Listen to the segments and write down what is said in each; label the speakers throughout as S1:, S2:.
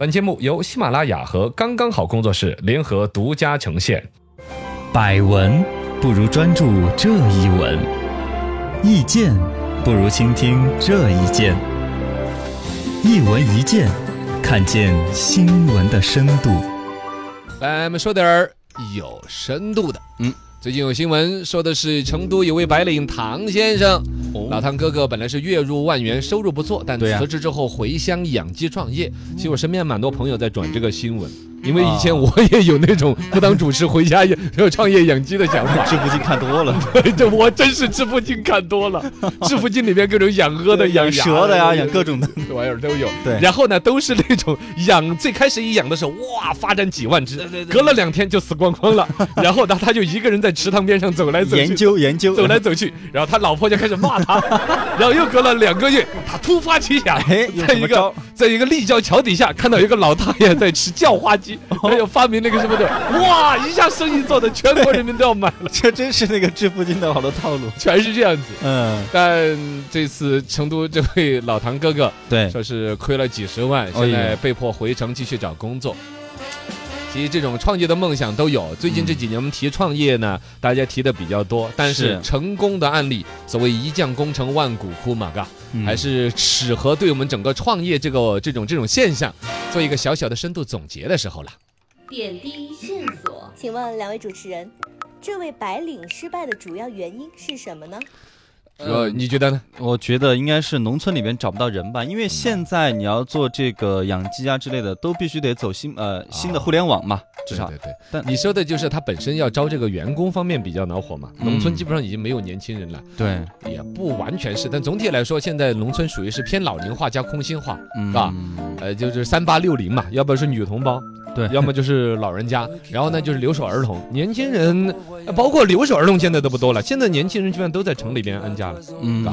S1: 本节目由喜马拉雅和刚刚好工作室联合独家呈现。
S2: 百闻不如专注这一闻，意见不如倾听这一见。一闻一见，看见新闻的深度。
S3: 咱们说点儿有深度的。嗯，最近有新闻说的是成都有位白领唐先生，老唐哥哥本来是月入万元，收入不错，但
S2: 哦对呀啊嗯
S3: 辞职之后回乡养鸡创业。其实我身边蛮多朋友在转这个新闻。
S2: 啊
S3: 因为以前我也有那种不当主持回家养创业养鸡的想法，
S2: 这附近看多了，
S3: 这我真是致富经看多了，致富经里面各种养鹅的、养
S2: 养蛇的呀，
S3: 鸭
S2: 养各 种的。
S3: 这 玩意儿都有。
S2: 对
S3: 然后呢，都是那种养，最开始一养的时候，哇，发展几万只，隔了两天就死光光了。 然后呢，他就一个人在池塘边上走来走
S2: 研
S3: 去。
S2: 究研究，
S3: 走来走去，然后他老婆就开始骂 他，然后又隔了两个月，他突发奇想，
S2: 哎用
S3: 在
S2: 什么
S3: 一
S2: 招
S3: 个在一个立交桥底下看到一个老大爷在吃叫花鸡，
S2: 哦
S3: 还有发明那个什么的，哇，一下生意做的全国人民都要买 了，
S2: 这真是那个致富经的好多套路。
S3: 全是这样子。
S2: 嗯，
S3: 但这次成都这位老唐哥哥，
S2: 对，
S3: 说是亏了几十万，
S2: 哎哎呦
S3: 现在被迫回城继续找工作。其实这种创业的梦想都有。最近这几年我们提创业呢，大家提的比较多，但是
S2: 是
S3: 成功的案例，所谓一将功成万骨枯嘛，嘎，
S2: 嗯
S3: 还是适合对我们整个创业这个这种这种现象做一个小小的深度总结的时候了。
S4: 点滴线索，
S5: 请问两位主持人，这位白领失败的主要原因是什么呢？
S3: 呃，你觉得呢？
S6: 我觉得应该是农村里边找不到人吧，因为现在你要做这个养鸡啊之类的，都必须得走新呃新的互联网嘛，至少
S3: 对对对
S6: 但，
S3: 你说的就是他本身要招这个员工方面比较恼火嘛，农村基本上已经没有年轻人了。
S6: 对，
S3: 也不完全是，但总体来说，现在农村属于是偏老龄化加空心化，
S6: 嗯
S3: 是吧？呃，就是三八六零嘛，要不然是女同 胞，
S6: 对
S3: 要么就是老人家，然后呢就是留守儿童，年轻人，呃包括留守儿童现在都不多了，现在年轻人基本上都在城里边安家了。
S6: 嗯，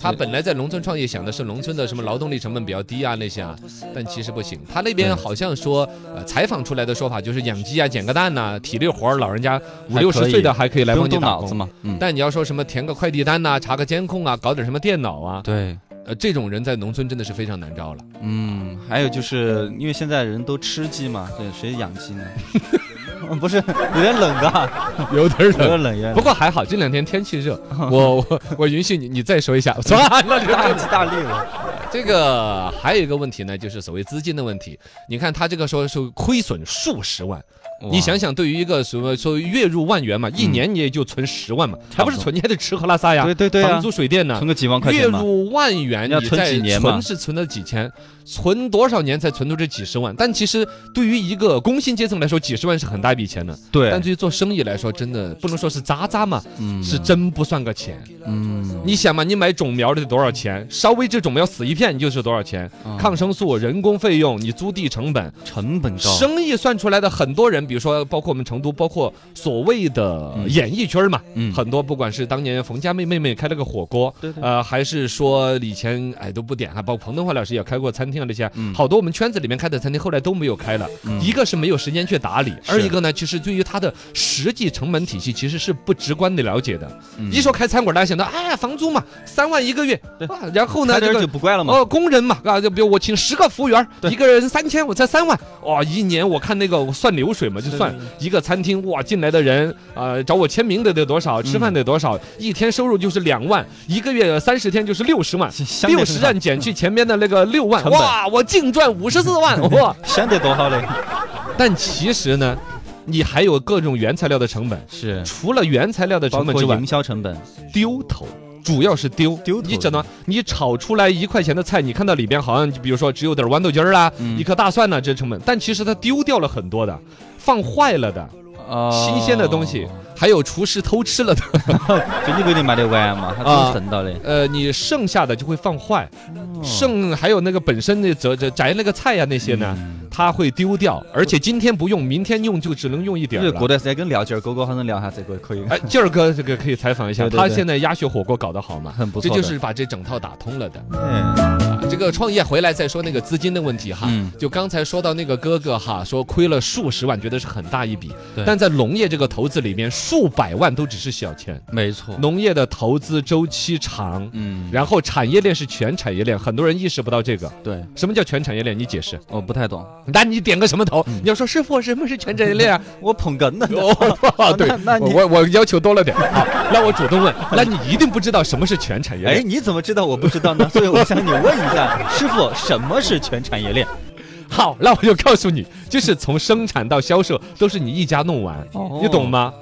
S3: 他本来在农村创业，想的是农村的什么劳动力成本比较低啊那些啊，但其实不行。他那边好像说，呃，采访出来的说法就是养鸡啊、捡个蛋呐、体力活儿，老人家五六十岁的还可以
S6: 不
S3: 来帮
S6: 用
S3: 你
S6: 动
S3: 打
S6: 脑子
S3: 工。
S6: 嘛，嗯，
S3: 但你要说什么填个快递单呐、查个监控啊，搞点什么电脑啊，
S6: 对，
S3: 呃，这种人在农村真的是非常难招了。
S6: 嗯，还有就是因为现在人都吃鸡嘛，对，谁养鸡 呢？不是，有点冷的，
S3: 有点
S6: 有点冷呀
S3: 不。过还好，这两天天气热，我我我允许你，你再说一下。算了，
S6: 大吉大利了，
S3: 这个还有一个问题呢，就是所谓资金的问题。你看他这个说是亏损数十万，你想想，对于一个什么说月入万元嘛，一年你也就存十万嘛，还不是
S6: 嗯差不多
S3: 存你还得吃喝拉撒呀，
S6: 对对对
S3: 房
S6: 啊
S3: 租，水电呢
S6: 存。个几万块
S3: 月
S6: 钱嘛，
S3: 入万元，
S6: 要
S3: 你
S6: 存
S3: 在
S6: 几年嘛
S3: 存是存了几千，存多少年才存出这几十万？但其实对于一个工薪阶层来说，几十万是很大一笔钱的。但
S6: 对，
S3: 对于做生意来说，真的不能说是渣渣嘛，
S6: 嗯
S3: 是真不算个钱。
S6: 嗯，
S3: 你想嘛，你买种苗得多少钱？稍微这种苗死一片，你就是多少钱？
S6: 嗯
S3: 抗生素、人工费用、你租地成本，
S6: 成本高，
S3: 生意算出来的很多人，比如说包括我们成都，包括所谓的
S6: 嗯
S3: 演艺圈儿嘛，
S6: 嗯
S3: 很多不管是当年冯家妹妹妹开了个火锅，
S6: 对对
S3: 呃，还是说以前哎都不点，还包括彭登华老师也开过餐厅啊这些，
S6: 嗯
S3: 好多我们圈子里面开的餐厅后来都没有开了，
S6: 嗯
S3: 一个是没有时间去打理，
S6: 是
S3: 二一个呢，其实对于它的实际成本体系其实是不直观的了解的。
S6: 嗯
S3: 一说开餐馆，大家想到哎呀房租嘛，三万一个月，哇然后呢
S6: 差
S3: 这
S6: 点
S3: 个
S6: 就不怪了嘛，
S3: 哦，工人嘛，啊，就比如我请十个服务员，一个人三千，我才三万，哇，一年我看那个我算流水嘛，就算一个餐厅哇进来的人，呃，找我签名的得多少，吃
S6: 嗯
S3: 饭得多少，一天收入就是两万，一个月三十天就是六十万，
S6: 相对
S3: 六
S6: 很
S3: 十
S6: 好
S3: 万减去前面的那个六万，
S6: 成本
S3: 哇，我净赚五十四 万，哇！
S6: 想得多 好嘞，
S3: 但其实呢，你还有各种原材料的成本，
S6: 是，
S3: 除了原材料的
S6: 包
S3: 成本
S6: 括
S3: 之外
S6: 营，销成本，
S3: 丢头。主要是丢
S6: 丢头
S3: 你整到你炒出来一块钱的菜，你看到里边好像就比如说只有点豌豆筋儿啊，
S6: 嗯
S3: 一颗大蒜呐、这成本，但其实它丢掉了很多的，放坏了的，
S6: 哦
S3: 呃新鲜的东西，还有厨师偷吃了的，
S6: 就你不一定买得完嘛，他
S3: 啊
S6: 真神到嘞。
S3: 呃，你剩下的就会放坏，
S6: 哦
S3: 剩还有那个本身那折折摘那个菜呀、那些呢，
S6: 嗯
S3: 它会丢掉，而且今天不用，明天用就只能用一点儿
S6: 因为
S3: 了
S6: 过。段时间跟廖姐儿哥哥好像聊下这个可以，
S3: 哎，劲儿哥这个可以采访一下，
S6: 对对
S3: 他
S6: 对
S3: 现在鸭血火锅搞得好嘛，
S6: 很不
S3: 这
S6: 错
S3: 就
S6: 的
S3: 是把这整套打通了的。
S6: 哎
S3: 啊这个创业回来再说那个资金的问题哈。
S6: 嗯
S3: 就刚才说到那个哥哥哈，说亏了数十万，觉得是很大一笔
S6: 对，
S3: 但在农业这个投资里面，数百万都只是小钱。
S6: 没错，
S3: 农业的投资周期长，
S6: 嗯，
S3: 然后产业链是全产业链，很多人意识不到这个。
S6: 对，
S3: 什么叫全产业链？你解释。
S6: 我不太懂，
S3: 那你点个什么头？
S6: 嗯
S3: 你要说师傅，什么是全产业 链啊？
S6: 我捧哏的，
S3: 哦，对，
S6: 那你
S3: 我我我要求多了点。好，那我主动问，那你一定不知道什么是全产业
S6: 哎，
S3: 链。
S6: 你怎么知道我不 知道呢？所以我想你问一下，师傅，什么是全产业链？
S3: 好，那我就告诉你，就是从生产到销售都是你一家弄完，
S6: 哦
S3: 你懂吗？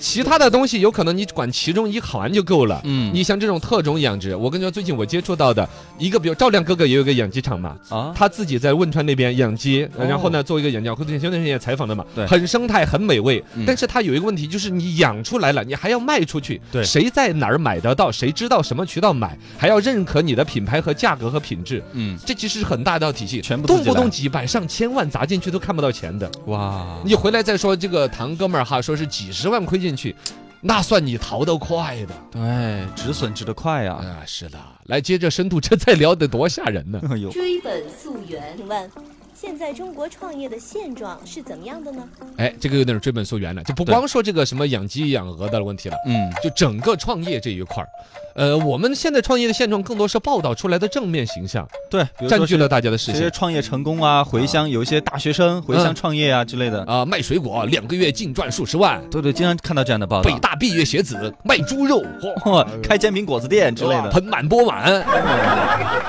S3: 其他的东西有可能你管其中一环就够了。
S6: 嗯
S3: 你像这种特种养殖，我跟你说，最近我接触到的一个，比如赵亮哥哥也有一个养鸡场嘛，
S6: 啊，
S3: 他自己在汶川那边养鸡，
S6: 哦
S3: 然后呢做一个演讲，或者前段时间也采访的嘛
S6: 对，
S3: 很生态，很美味
S6: 嗯。
S3: 但是他有一个问题，就是你养出来了，你还要卖出去，
S6: 对
S3: 谁在哪儿买得到，谁知道什么渠道买，还要认可你的品牌和价格和品质，
S6: 嗯，
S3: 这其实是很大一道体系，
S6: 全部自己
S3: 动不
S6: 来哦
S3: 动几百上千万砸进去都看不到钱的。
S6: 哇，
S3: 你回来再说这个堂哥们儿哈，说是几十万亏进去，那算你逃得快的。
S6: 对，止损止得快哎 呀，
S3: 啊，是的，来接着深度，这再聊得多吓人呢。
S6: 哎呦，
S4: 追本溯源，
S5: 请问，现在中国创业的现状是怎么样的呢？
S3: 哎，这个有点追本溯源了，就不
S6: 对
S3: 光说这个什么养鸡养鹅的问题了，
S6: 嗯，
S3: 就整个创业这一块儿，呃，我们现在创业的现状更多是报道出来的正面形象，
S6: 对，比如
S3: 占
S6: 说
S3: 据
S6: 是
S3: 了大家的视
S6: 这
S3: 线
S6: 些。创业成功啊，回乡有一些大学生回乡
S3: 嗯
S6: 创业啊之类的，
S3: 啊、卖水果两个月净赚数十万，
S6: 对对，经常看到这样的报
S3: 北
S6: 道，
S3: 大毕业学子卖猪肉，嚯、
S6: 哇 开煎饼果子店之类
S3: 哇
S6: 的，
S3: 盆满钵 满。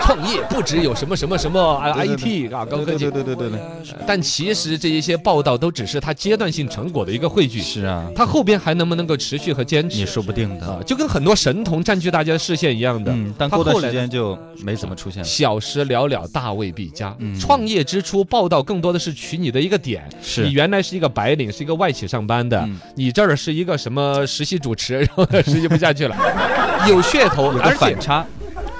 S3: 创业不只有什么什么什么啊
S6: 对对
S3: IT 啊，高科技，
S6: 对对对对，
S3: 但其实这一些报道都只是它阶段性成果的一个汇聚，
S6: 是啊，
S3: 它后边还能不能够持续和坚
S6: 也
S3: 持？
S6: 说不定的
S3: 啊，，就跟很多神童占据大家的视线一样的，
S6: 嗯，但
S3: 他
S6: 过段
S3: 后来
S6: 时间就没怎么出现了，
S3: 小时了了，大未必佳。
S6: 嗯
S3: 创业之初，报道更多的是取你的一个点。
S6: 是
S3: 你原来是一个白领，是一个外企上班的，
S6: 嗯
S3: 你这儿是一个什么实习主持，然 后实习不下去 了，有噱头，
S6: 有个
S3: 而且嗯
S6: 反差，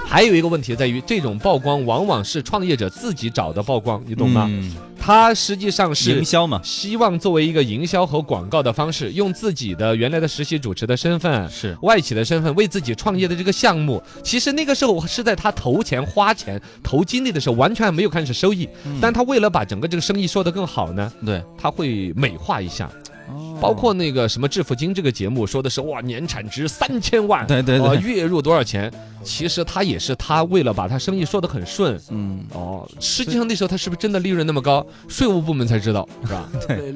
S3: 还有一个问题在于，这种曝光往往是创业者自己找的曝光，你懂吗？
S6: 嗯
S3: 他实际上是
S6: 营销嘛，
S3: 希望作为一个营销和广告的方式，用自己的原来的实习主持的身份。
S6: 是
S3: 外企的身份为自己创业的这个项目，其实那个时候是在他投钱、花钱、投精力的时候，完全还没有开始收益。但他为了把整个这个生意说得更好呢，
S6: 嗯对，
S3: 他会美化一下，
S6: 哦
S3: 包括那个什么《致富经》这个节目说的是哇，年产值三千万，
S6: 对对
S3: 呃
S6: 对，
S3: 月入多少钱？其实他也是他为了把他生意说得很顺。
S6: 嗯，
S3: 哦，实际上那时候他是不是真的利润那么高？税务部门才知道，是吧？
S6: 对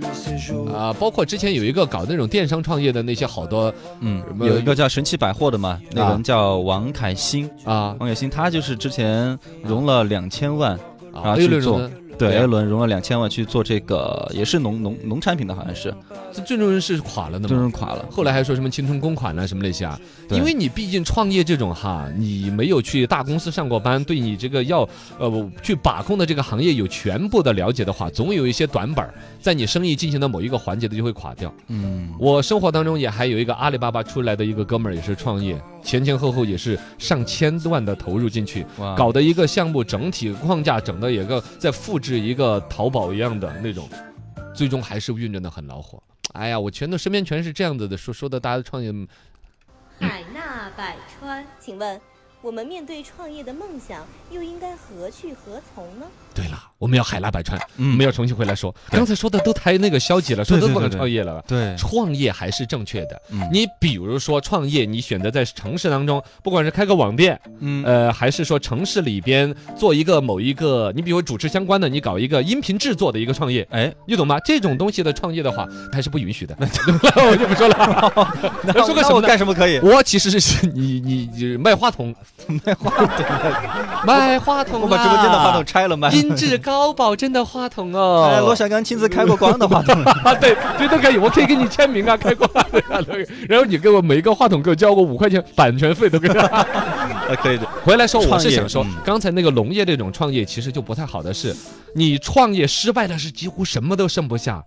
S3: 啊、包括之前有一个搞那种电商创业的那些好多
S6: 嗯
S3: 什，么
S6: 有一个叫神奇百货的嘛，那个人叫王凯欣，
S3: 啊
S6: 王凯欣他就是之前融了两千万，
S3: 啊
S6: 啊
S3: 六
S6: 去
S3: 六
S6: 做
S3: 种，
S6: 对
S3: 对
S6: A 轮融了两千万去做这个，也是农农农产品的，好像是，
S3: 这最终是垮了的
S6: 最
S3: 嘛。
S6: 终垮了。
S3: 嗯后来还说什么青春公款啊什么那些啊，
S6: 对
S3: 因为你毕竟创业这种哈，你没有去大公司上过班，对你这个要呃去把控的这个行业有全部的了解的话，总有一些短板儿，在你生意进行到某一个环节的就会垮掉。
S6: 嗯，
S3: 我生活当中也还有一个阿里巴巴出来的一个哥们儿，也是创业，前前后后也是上千万的投入进去，
S6: 哇
S3: 搞的一个项目整体框架整的也个在复制一个淘宝一样的那种，最终还是运转的很恼火。哎呀，我全都身边全是这样子的，说说的大家的创业，
S4: 海纳百川，
S5: 请问，我们面对创业的梦想，又应该何去何从呢？
S3: 对了，我们要海纳百川，
S6: 嗯
S3: 我们要重新回来说，刚才说的都太那个消极了，说
S6: 对
S3: 都
S6: 对
S3: 不敢
S6: 对对
S3: 创业了。
S6: 对，
S3: 创业还是正确的
S6: 嗯。
S3: 你比如说创业，你选择在城市当中，不管是开个网店，
S6: 嗯
S3: 呃，还是说城市里边做一个某一个，你比如主持相关的，你搞一个音频制作的一个创业，
S6: 哎，
S3: 你懂吗？这种东西的创业的话，还是不允 许的。 我就不说了。
S6: 那
S3: 说个
S6: 那
S3: 什么
S6: 我
S3: 呢
S6: 干什么可以？
S3: 我其实是你你你卖话筒，卖话筒，卖话筒，
S6: 我把直播间的话筒。拆了卖。
S3: 音质高保真的话筒哦，
S6: 哎，罗小刚亲自开过光的话 筒。
S3: 啊，对，这都可以，我可以给你签名啊，开挂的啊，都可以 然后你给我每一个话筒给我交个五块钱版权费都给我。
S6: 啊，可以的。
S3: 回来说，我
S6: 创
S3: 是
S6: 业
S3: 想说
S6: 嗯，
S3: 刚才那个农业这种创业其实就不太好的是，你创业失败了是几乎什么都剩不下，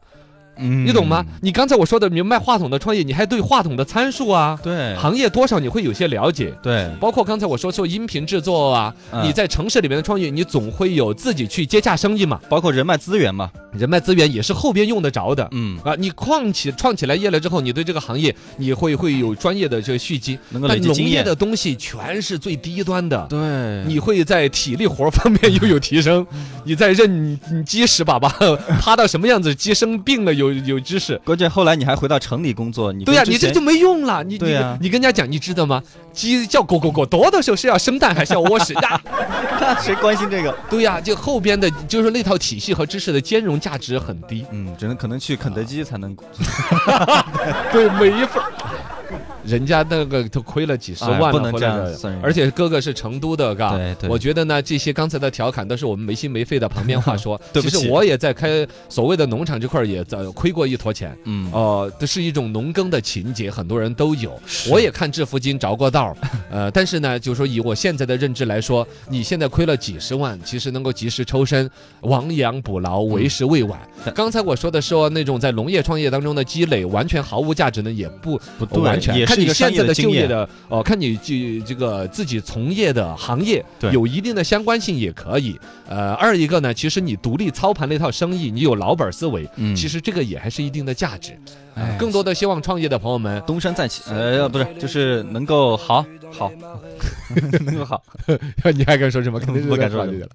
S6: 嗯
S3: 你懂吗？？你刚才我说的，你卖话筒的创业，你还对话筒的参数啊，
S6: 对，
S3: 行业多少你会有些了解。
S6: 对，
S3: 包括刚才我说做音频制作啊，
S6: 嗯
S3: 你在城市里面的创业，你总会有自己去接洽生意嘛。
S6: 包括人脉资源嘛。
S3: 人脉资源也是后边用得着的。
S6: 嗯，
S3: 啊，你创起创起来业了之后，你对这个行业你会会有专业的这个蓄积，
S6: 能够累
S3: 但
S6: 积
S3: 农
S6: 经
S3: 业
S6: 验。
S3: 的东西全是最低端的。
S6: 对，嗯
S3: 你会在体力活方面又有提升，你在认你鸡屎粑粑 趴到什么样子，鸡生病了有有知识。
S6: 关键后来你还回到城里工作，你
S3: 对呀、啊
S6: 跟之
S3: 你这
S6: 前
S3: 就没用了。你
S6: 对
S3: 你
S6: 呀
S3: 你跟人家讲，你知道吗？鸡叫狗狗狗，多的时候是要生蛋还是要窝屎呀？
S6: 谁关心这个？
S3: 对呀、就后边的就是那套体系和知识的兼容价值很低。
S6: 嗯，只能可能去肯德基才能。
S3: 对，每一份儿。人家那个都亏了几十万
S6: 哎
S3: 了，
S6: 不能
S3: 回来
S6: 这样
S3: 的
S6: 算人
S3: 而且哥哥是成都的，嘎。
S6: 对对。
S3: 我觉得呢，这些刚才的调侃都是我们没心没肺的旁边话 说
S6: 对不起
S3: 其实我也在开所谓的农场这块儿也在亏过一坨钱。
S6: 嗯，
S3: 哦，这是一种农耕的情节，很多人都有。我也看致富经着过道 儿，呃，但是呢，就是说以我现在的认知来说，你现在亏了几十万，其实能够及时抽身，亡羊补牢，为时未晚。
S6: 但
S3: 刚才我说的说那种在农业创业当中的积累，完全毫无价值呢，也不
S6: 不
S3: 呃完全
S6: 也
S3: 看
S6: 是一
S3: 你
S6: 个商
S3: 现
S6: 业
S3: 在
S6: 的
S3: 的
S6: 经
S3: 就业
S6: 验。
S3: 的哦、看你这这个自己从业的行业
S6: 对
S3: 有一定的相关性也可以。呃，二一个呢，其实你独立操盘那套生意，你有老板思维，
S6: 嗯
S3: 其实这个也还是一定的价值。啊
S6: 哎
S3: 更多的希望创业的朋友们，
S6: 东山再起，呃，不是，就是能够好好，能够好。
S3: 你还敢说什么？肯定是
S6: 不敢说
S3: 这
S6: 什
S3: 个了。